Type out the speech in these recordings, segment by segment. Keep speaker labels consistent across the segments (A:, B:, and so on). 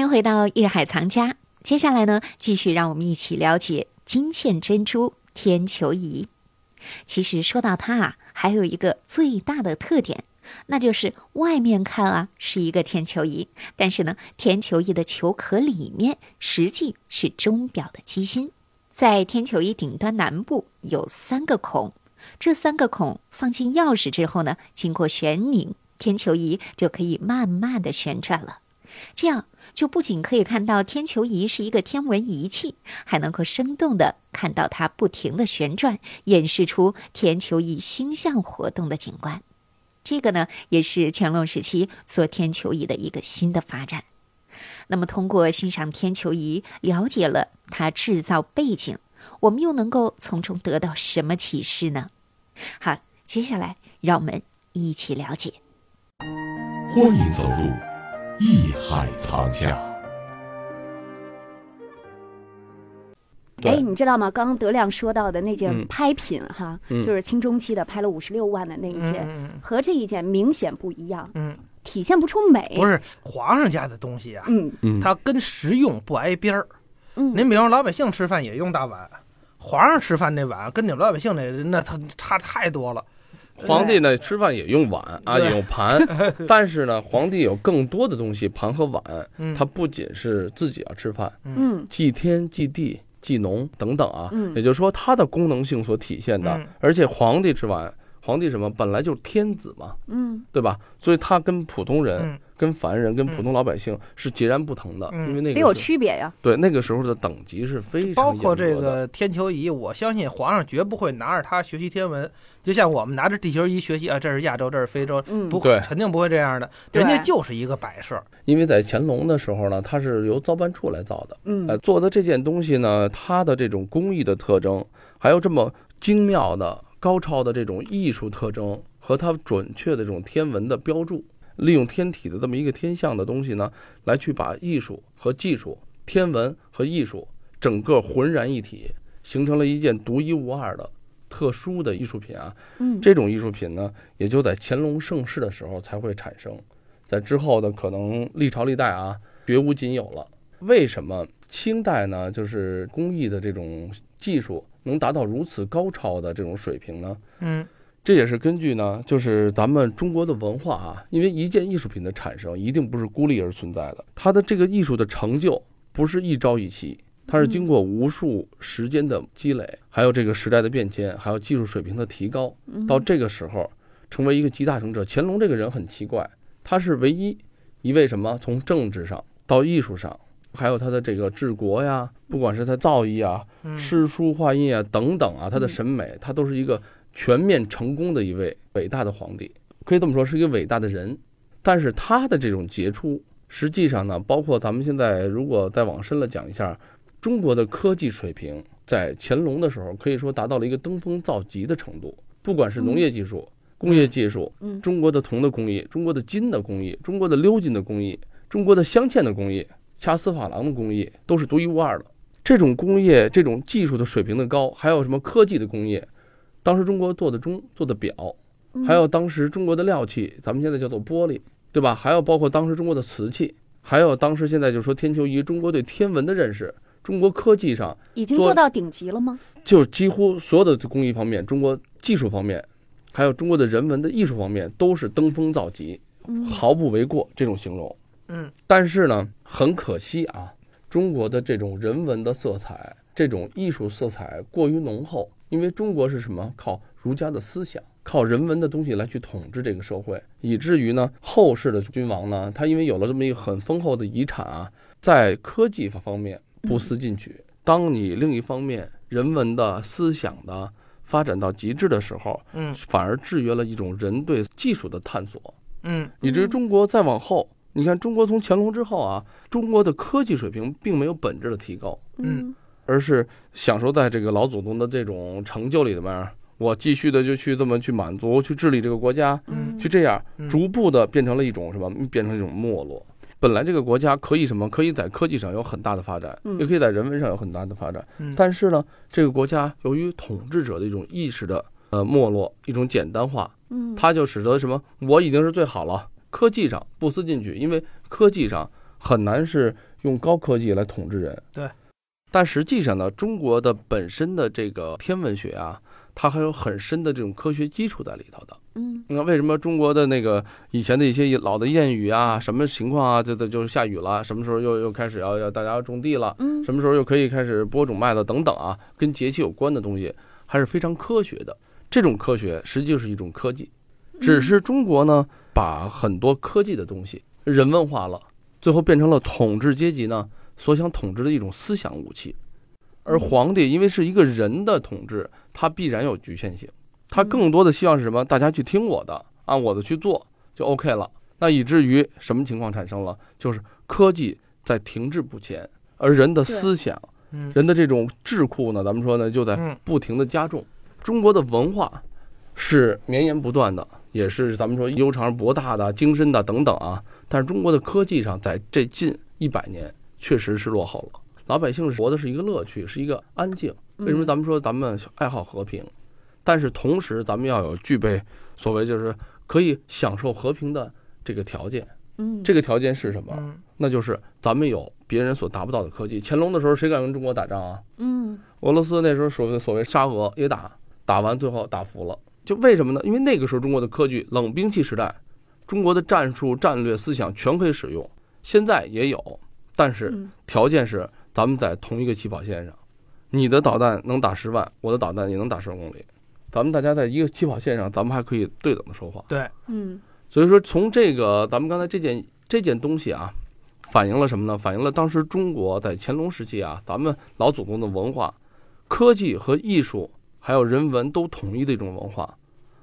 A: 欢迎回到《夜海藏家》，接下来呢，继续让我们一起了解金线珍珠天球仪。其实说到它啊，还有一个最大的特点，那就是外面看啊是一个天球仪，但是呢，天球仪的球壳里面实际是钟表的机芯。在天球仪顶端南部有三个孔，这三个孔放进钥匙之后呢，经过旋拧，天球仪就可以慢慢的旋转了。这样就不仅可以看到天球仪是一个天文仪器，还能够生动的看到它不停的旋转，演示出天球仪星象活动的景观。这个呢，也是乾隆时期做天球仪的一个新的发展。那么，通过欣赏天球仪，了解了它制造背景，我们又能够从中得到什么启示呢？好，接下来让我们一起了解。
B: 欢迎走入艺海藏家。
C: 哎，
D: 对，
C: 你知道吗？刚刚德亮说到的那件
D: 嗯
C: 拍品哈，
D: 嗯
C: 就是清中期的，拍了五十六万的那一件，
E: 嗯
C: 和这一件明显不一样，
E: 嗯，
C: 体现不出美。
E: 不，是皇上家的东西啊，
C: 嗯
D: 嗯，
E: 它跟实用不挨边儿。
C: 嗯，
E: 您比方说老百姓吃饭也用大碗，皇上吃饭那碗跟你们老百姓那那它差太多了。
D: 皇帝呢吃饭也用碗啊，
E: 对
D: 也用 盘，但是呢，皇帝有更多的东西，盘和碗，
E: 嗯，
D: 他不仅是自己要吃饭，
C: 嗯
D: 祭天、祭地、祭农等等啊，
C: 嗯
D: 也就是说它的功能性所体现的，
E: 嗯
D: 而且皇帝吃碗，皇帝什么本来就是天子嘛，
C: 嗯
D: 对吧？所以他跟普通人、
E: 嗯
D: 跟凡人、跟普通老百姓是截然不同的，
E: 嗯
D: 因为那
C: 得有
D: 个时
C: 区别呀。
D: 对那个时候的等级是非常
E: 包括这
D: 严格的
E: 个天球仪，我相信皇上绝不会拿着它学习天文，就像我们拿着地球仪学习啊，这是亚洲，这是非洲，
C: 嗯，
E: 不
D: 对
E: 肯定不会这样的。
C: 对
E: 人家就是一个摆设，
D: 因为在乾隆的时候呢，它是由造办处来造的，
C: 嗯
D: 呃，做的这件东西呢，它的这种工艺的特征，还有这么精妙的、高超的这种艺术特征，和它准确的这种天文的标注，利用天体的这么一个天象的东西呢，来去把艺术和技术、天文和艺术整个浑然一体，形成了一件独一无二的。特殊的艺术品啊，
C: 嗯，
D: 这种艺术品呢，也就在乾隆盛世的时候才会产生，在之后的可能历朝历代啊，绝无仅有了。为什么清代呢？就是工艺的这种技术能达到如此高超的这种水平呢？
E: 嗯
D: 这也是根据呢，就是咱们中国的文化啊，因为一件艺术品的产生一定不是孤立而存在的，它的这个艺术的成就不是一朝一夕，它是经过无数时间的积累，还有这个时代的变迁，还有技术水平的提高，到这个时候成为一个集大成者。乾隆这个人很奇怪，他是唯一一位什么，从政治上到艺术上，还有他的这个治国呀，不管是他造诣啊，
E: 嗯，
D: 诗书画印啊等等啊，他的
C: 嗯
D: 审美，他都是一个全面成功的一位伟大的皇帝，可以这么说是一个伟大的人。但是他的这种杰出，实际上呢，包括咱们现在如果再往深了讲一下，中国的科技水平在乾隆的时候可以说达到了一个登峰造极的程度，不管是农业技术、工业技术、
C: 嗯
D: 中国的铜的工艺、中国的金的工艺、中国的鎏金的工艺、中国的镶嵌的工艺、掐丝珐琅的工艺都是独一无二的。这种工业、这种技术的水平的高，还有什么科技的工业，当时中国做的钟、做的表，还有当时中国的料器，咱们现在叫做玻璃，对吧？还有包括当时中国的瓷器，还有当时现在就说天球仪，中国对天文的认识，中国科技上
C: 已经
D: 做
C: 做到顶级了吗？
D: 就几乎所有的工艺方面，中国技术方面，还有中国的人文的艺术方面，都是登峰造极，
C: 嗯
D: 毫不为过这种形容。
E: 嗯，
D: 但是呢，很可惜啊，中国的这种人文的色彩，这种艺术色彩过于浓厚，因为中国是什么？靠儒家的思想。靠人文的东西来去统治这个社会，以至于呢，后世的君王呢，他因为有了这么一个很丰厚的遗产啊，在科技方面不思进取。当你另一方面人文的思想的发展到极致的时候，
E: 嗯
D: 反而制约了一种人对技术的探索。
E: 嗯
D: 以至于中国再往后，你看中国从乾隆之后啊，中国的科技水平并没有本质的提高，
E: 嗯
D: 而是享受在这个老祖宗的这种成就里面，我继续的就去这么去满足、去治理这个国家，
C: 嗯
D: 去这样
E: 嗯
D: 逐步的变成了一种什么？变成一种没落。本来这个国家可以什么？可以在科技上有很大的发展，
C: 嗯
D: 也可以在人文上有很大的发展。
E: 嗯
D: 但是呢，这个国家由于统治者的一种意识的呃没落，一种简单化，
C: 嗯，
D: 它就使得什么？我已经是最好了。科技上不思进取，因为科技上很难是用高科技来统治人。
E: 对，
D: 但实际上呢，中国的本身的这个天文学啊，它还有很深的这种科学基础在里头的。
A: 嗯
D: 那为什么中国的那个以前的一些老的谚语啊，什么情况啊，这这就下雨了，什么时候又又开始要要大家要种地了，
A: 嗯
D: 什么时候又可以开始播种麦子等等啊，跟节气有关的东西还是非常科学的。这种科学实际就是一种科技，只是中国呢把很多科技的东西人文化了，最后变成了统治阶级呢所想统治的一种思想武器。而皇帝因为是一个人的统治，他必然有局限性，他更多的希望是什么？大家去听我的，按我的去做就 OK 了。那以至于什么情况产生了？就是科技在停滞不前，而人的思想
E: 嗯
D: 人的这种智库呢，咱们说呢，就在
E: 嗯
D: 不停的加重。中国的文化是绵延不断的，也是咱们说悠长而博大的、精深的等等啊。但是中国的科技上，在这近一百年确实是落后了。老百姓活的是一个乐趣，是一个安静。
C: 嗯
D: 为什么咱们说咱们爱好和平？但是同时，咱们要有具备所谓就是可以享受和平的这个条件。
A: 嗯，
D: 这个条件是什么？
E: 嗯
D: 那就是咱们有别人所达不到的科技。乾隆的时候，谁敢跟中国打仗啊？
A: 嗯
D: 俄罗斯那时候所谓所谓沙俄也打，打完最后打服了，就为什么呢？因为那个时候中国的科技冷兵器时代，中国的战术、战略、思想全可以使用，现在也有，但是
C: 嗯
D: 条件是咱们在同一个起跑线上，你的导弹能打十万，我的导弹也能打十万公里，咱们大家在一个起跑线上，咱们还可以对等的说话。
E: 对，
C: 嗯
D: 所以说，从这个咱们刚才这件这件东西啊，反映了什么呢？反映了当时中国在乾隆时期啊，咱们老祖宗的文化、科技和艺术，还有人文都统一的一种文化，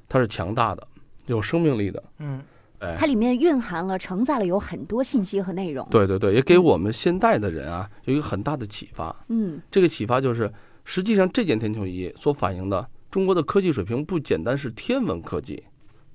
D: 它是强大的，有生命力的。
E: 嗯
D: 哎
C: 它，里面蕴含了、承载了有很多信息和内容。，
D: 对对对，也给我们现代的人啊有一个很大的启发。
C: 嗯
D: 这个启发就是，实际上这件天球仪所反映的中国的科技水平，不简单是天文科技、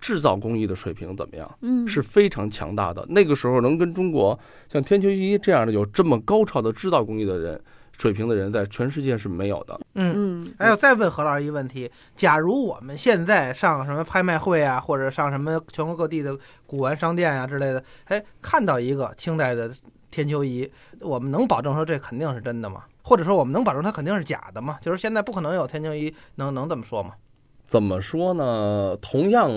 D: 制造工艺的水平怎么样。
C: 嗯，
D: 是非常强大的。那个时候能跟中国像天球仪这样的有这么高超的制造工艺的人水平的人，在全世界是没有的。
E: 嗯。
C: 嗯
E: 还有再问何老师一个问题：假如我们现在上什么拍卖会啊，或者上什么全国各地的古玩商店啊之类的，哎，看到一个清代的天球仪，我们能保证说这肯定是真的吗？或者说我们能保证它肯定是假的吗？就是现在不可能有天球仪能能这么说吗？
D: 怎么说呢？同样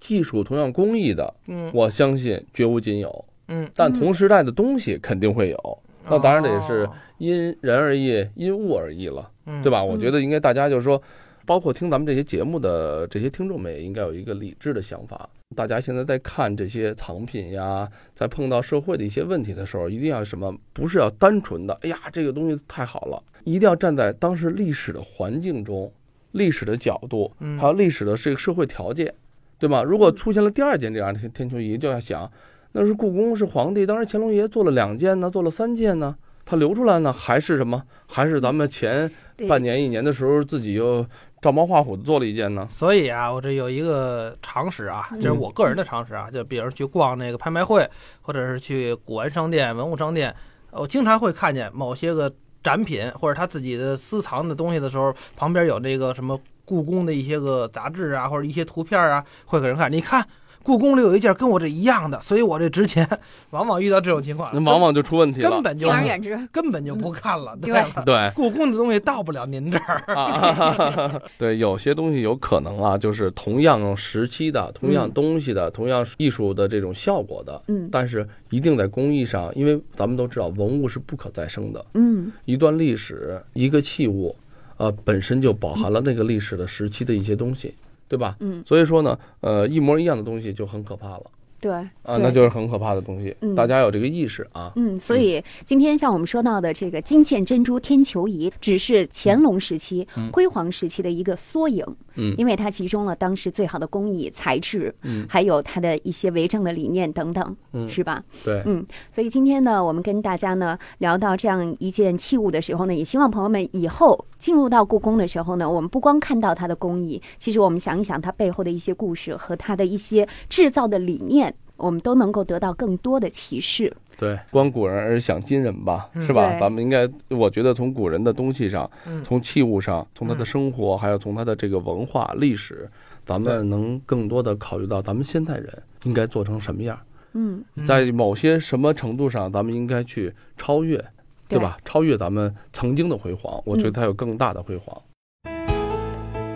D: 技术、同样工艺的，
E: 嗯
D: 我相信绝无仅有。
E: 嗯，
D: 但同时代的东西肯定会有，那当然得是
E: 哦，
D: 因人而异，因物而异了，
E: 嗯、
D: 对
E: 吧？
D: 吧？我觉得应该大家就是说。包括听咱们这些节目的这些听众们，也应该有一个理智的想法。大家现在在看这些藏品呀，在碰到社会的一些问题的时候，一定要什么？不是要单纯的，哎呀，这个东西太好了，一定要站在当时历史的环境中、历史的角度，
E: 嗯
D: 还有历史的这个社会条件，对吧？如果出现了第二件这样的天天球仪，就要想，那是故宫是皇帝，当时乾隆爷做了两件呢，做了三件呢，他留出来呢，还是什么？还是咱们前
C: 对
D: 半年一年的时候自己又照猫画虎地做了一件呢？
E: 所以啊，我这有一个常识啊，就是我个人的常识啊，就比如去逛那个拍卖会，或者是去古玩商店、文物商店，我经常会看见某些个展品或者他自己的私藏的东西的时候，旁边有那个什么故宫的一些个杂志啊，或者一些图片啊，会给人看，你看。故宫里有一件跟我这一样的，所以我这值钱。往往遇到这种情况，
D: 那往往就出问题了
E: 根。本就
C: 敬而远
D: 嗯
C: 之。
E: 根本就不看了，
C: 对
E: 吧？
D: 对，
E: 故宫的东西到不了您这儿。
D: 啊，对，有些东西有可能啊，就是同样时期的、同样东西的、同样艺术的这种效果的，
C: 嗯
D: 但是一定在工艺上，因为咱们都知道文物是不可再生的，
C: 嗯
D: 一段历史、一个器物，呃，本身就饱含了那个历史的时期的一些东西，对吧？
C: 嗯，
D: 所以说呢，呃，一模一样的东西就很可怕了
C: 对
D: 啊，
C: 对
D: 那就是很可怕的东西，
C: 嗯
D: 大家有这个意识啊。
C: 嗯，所以今天像我们说到的这个金嵌珍珠天球仪，只是乾隆时期、辉煌时期的一个缩影，
D: 嗯
C: 因为它集中了当时最好的工艺、材质，
D: 嗯
C: 还有它的一些为政的理念等等，
D: 嗯
C: 是吧？
D: 对，
C: 嗯，所以今天呢，我们跟大家呢聊到这样一件器物的时候呢，也希望朋友们以后进入到故宫的时候呢，我们不光看到它的工艺，其实我们想一想它背后的一些故事和它的一些制造的理念，我们都能够得到更多的启示。
D: 对，观古人而想今人吧，
E: 嗯
D: 是吧？
C: 对
D: 咱们应该，我觉得从古人的东西上，
E: 嗯
D: 从器物上，从他的
E: 嗯
D: 生活，还有从他的这个文化历史，咱
E: 对
D: 们能更多的考虑到咱们现代人应该做成什么样儿。
C: 嗯，
E: 嗯
D: 在某些什么程度上，咱们应该去超越，对吧？超越咱们曾经的辉煌，我觉得它有更大的辉煌。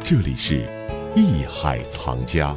B: 这里是艺海藏家。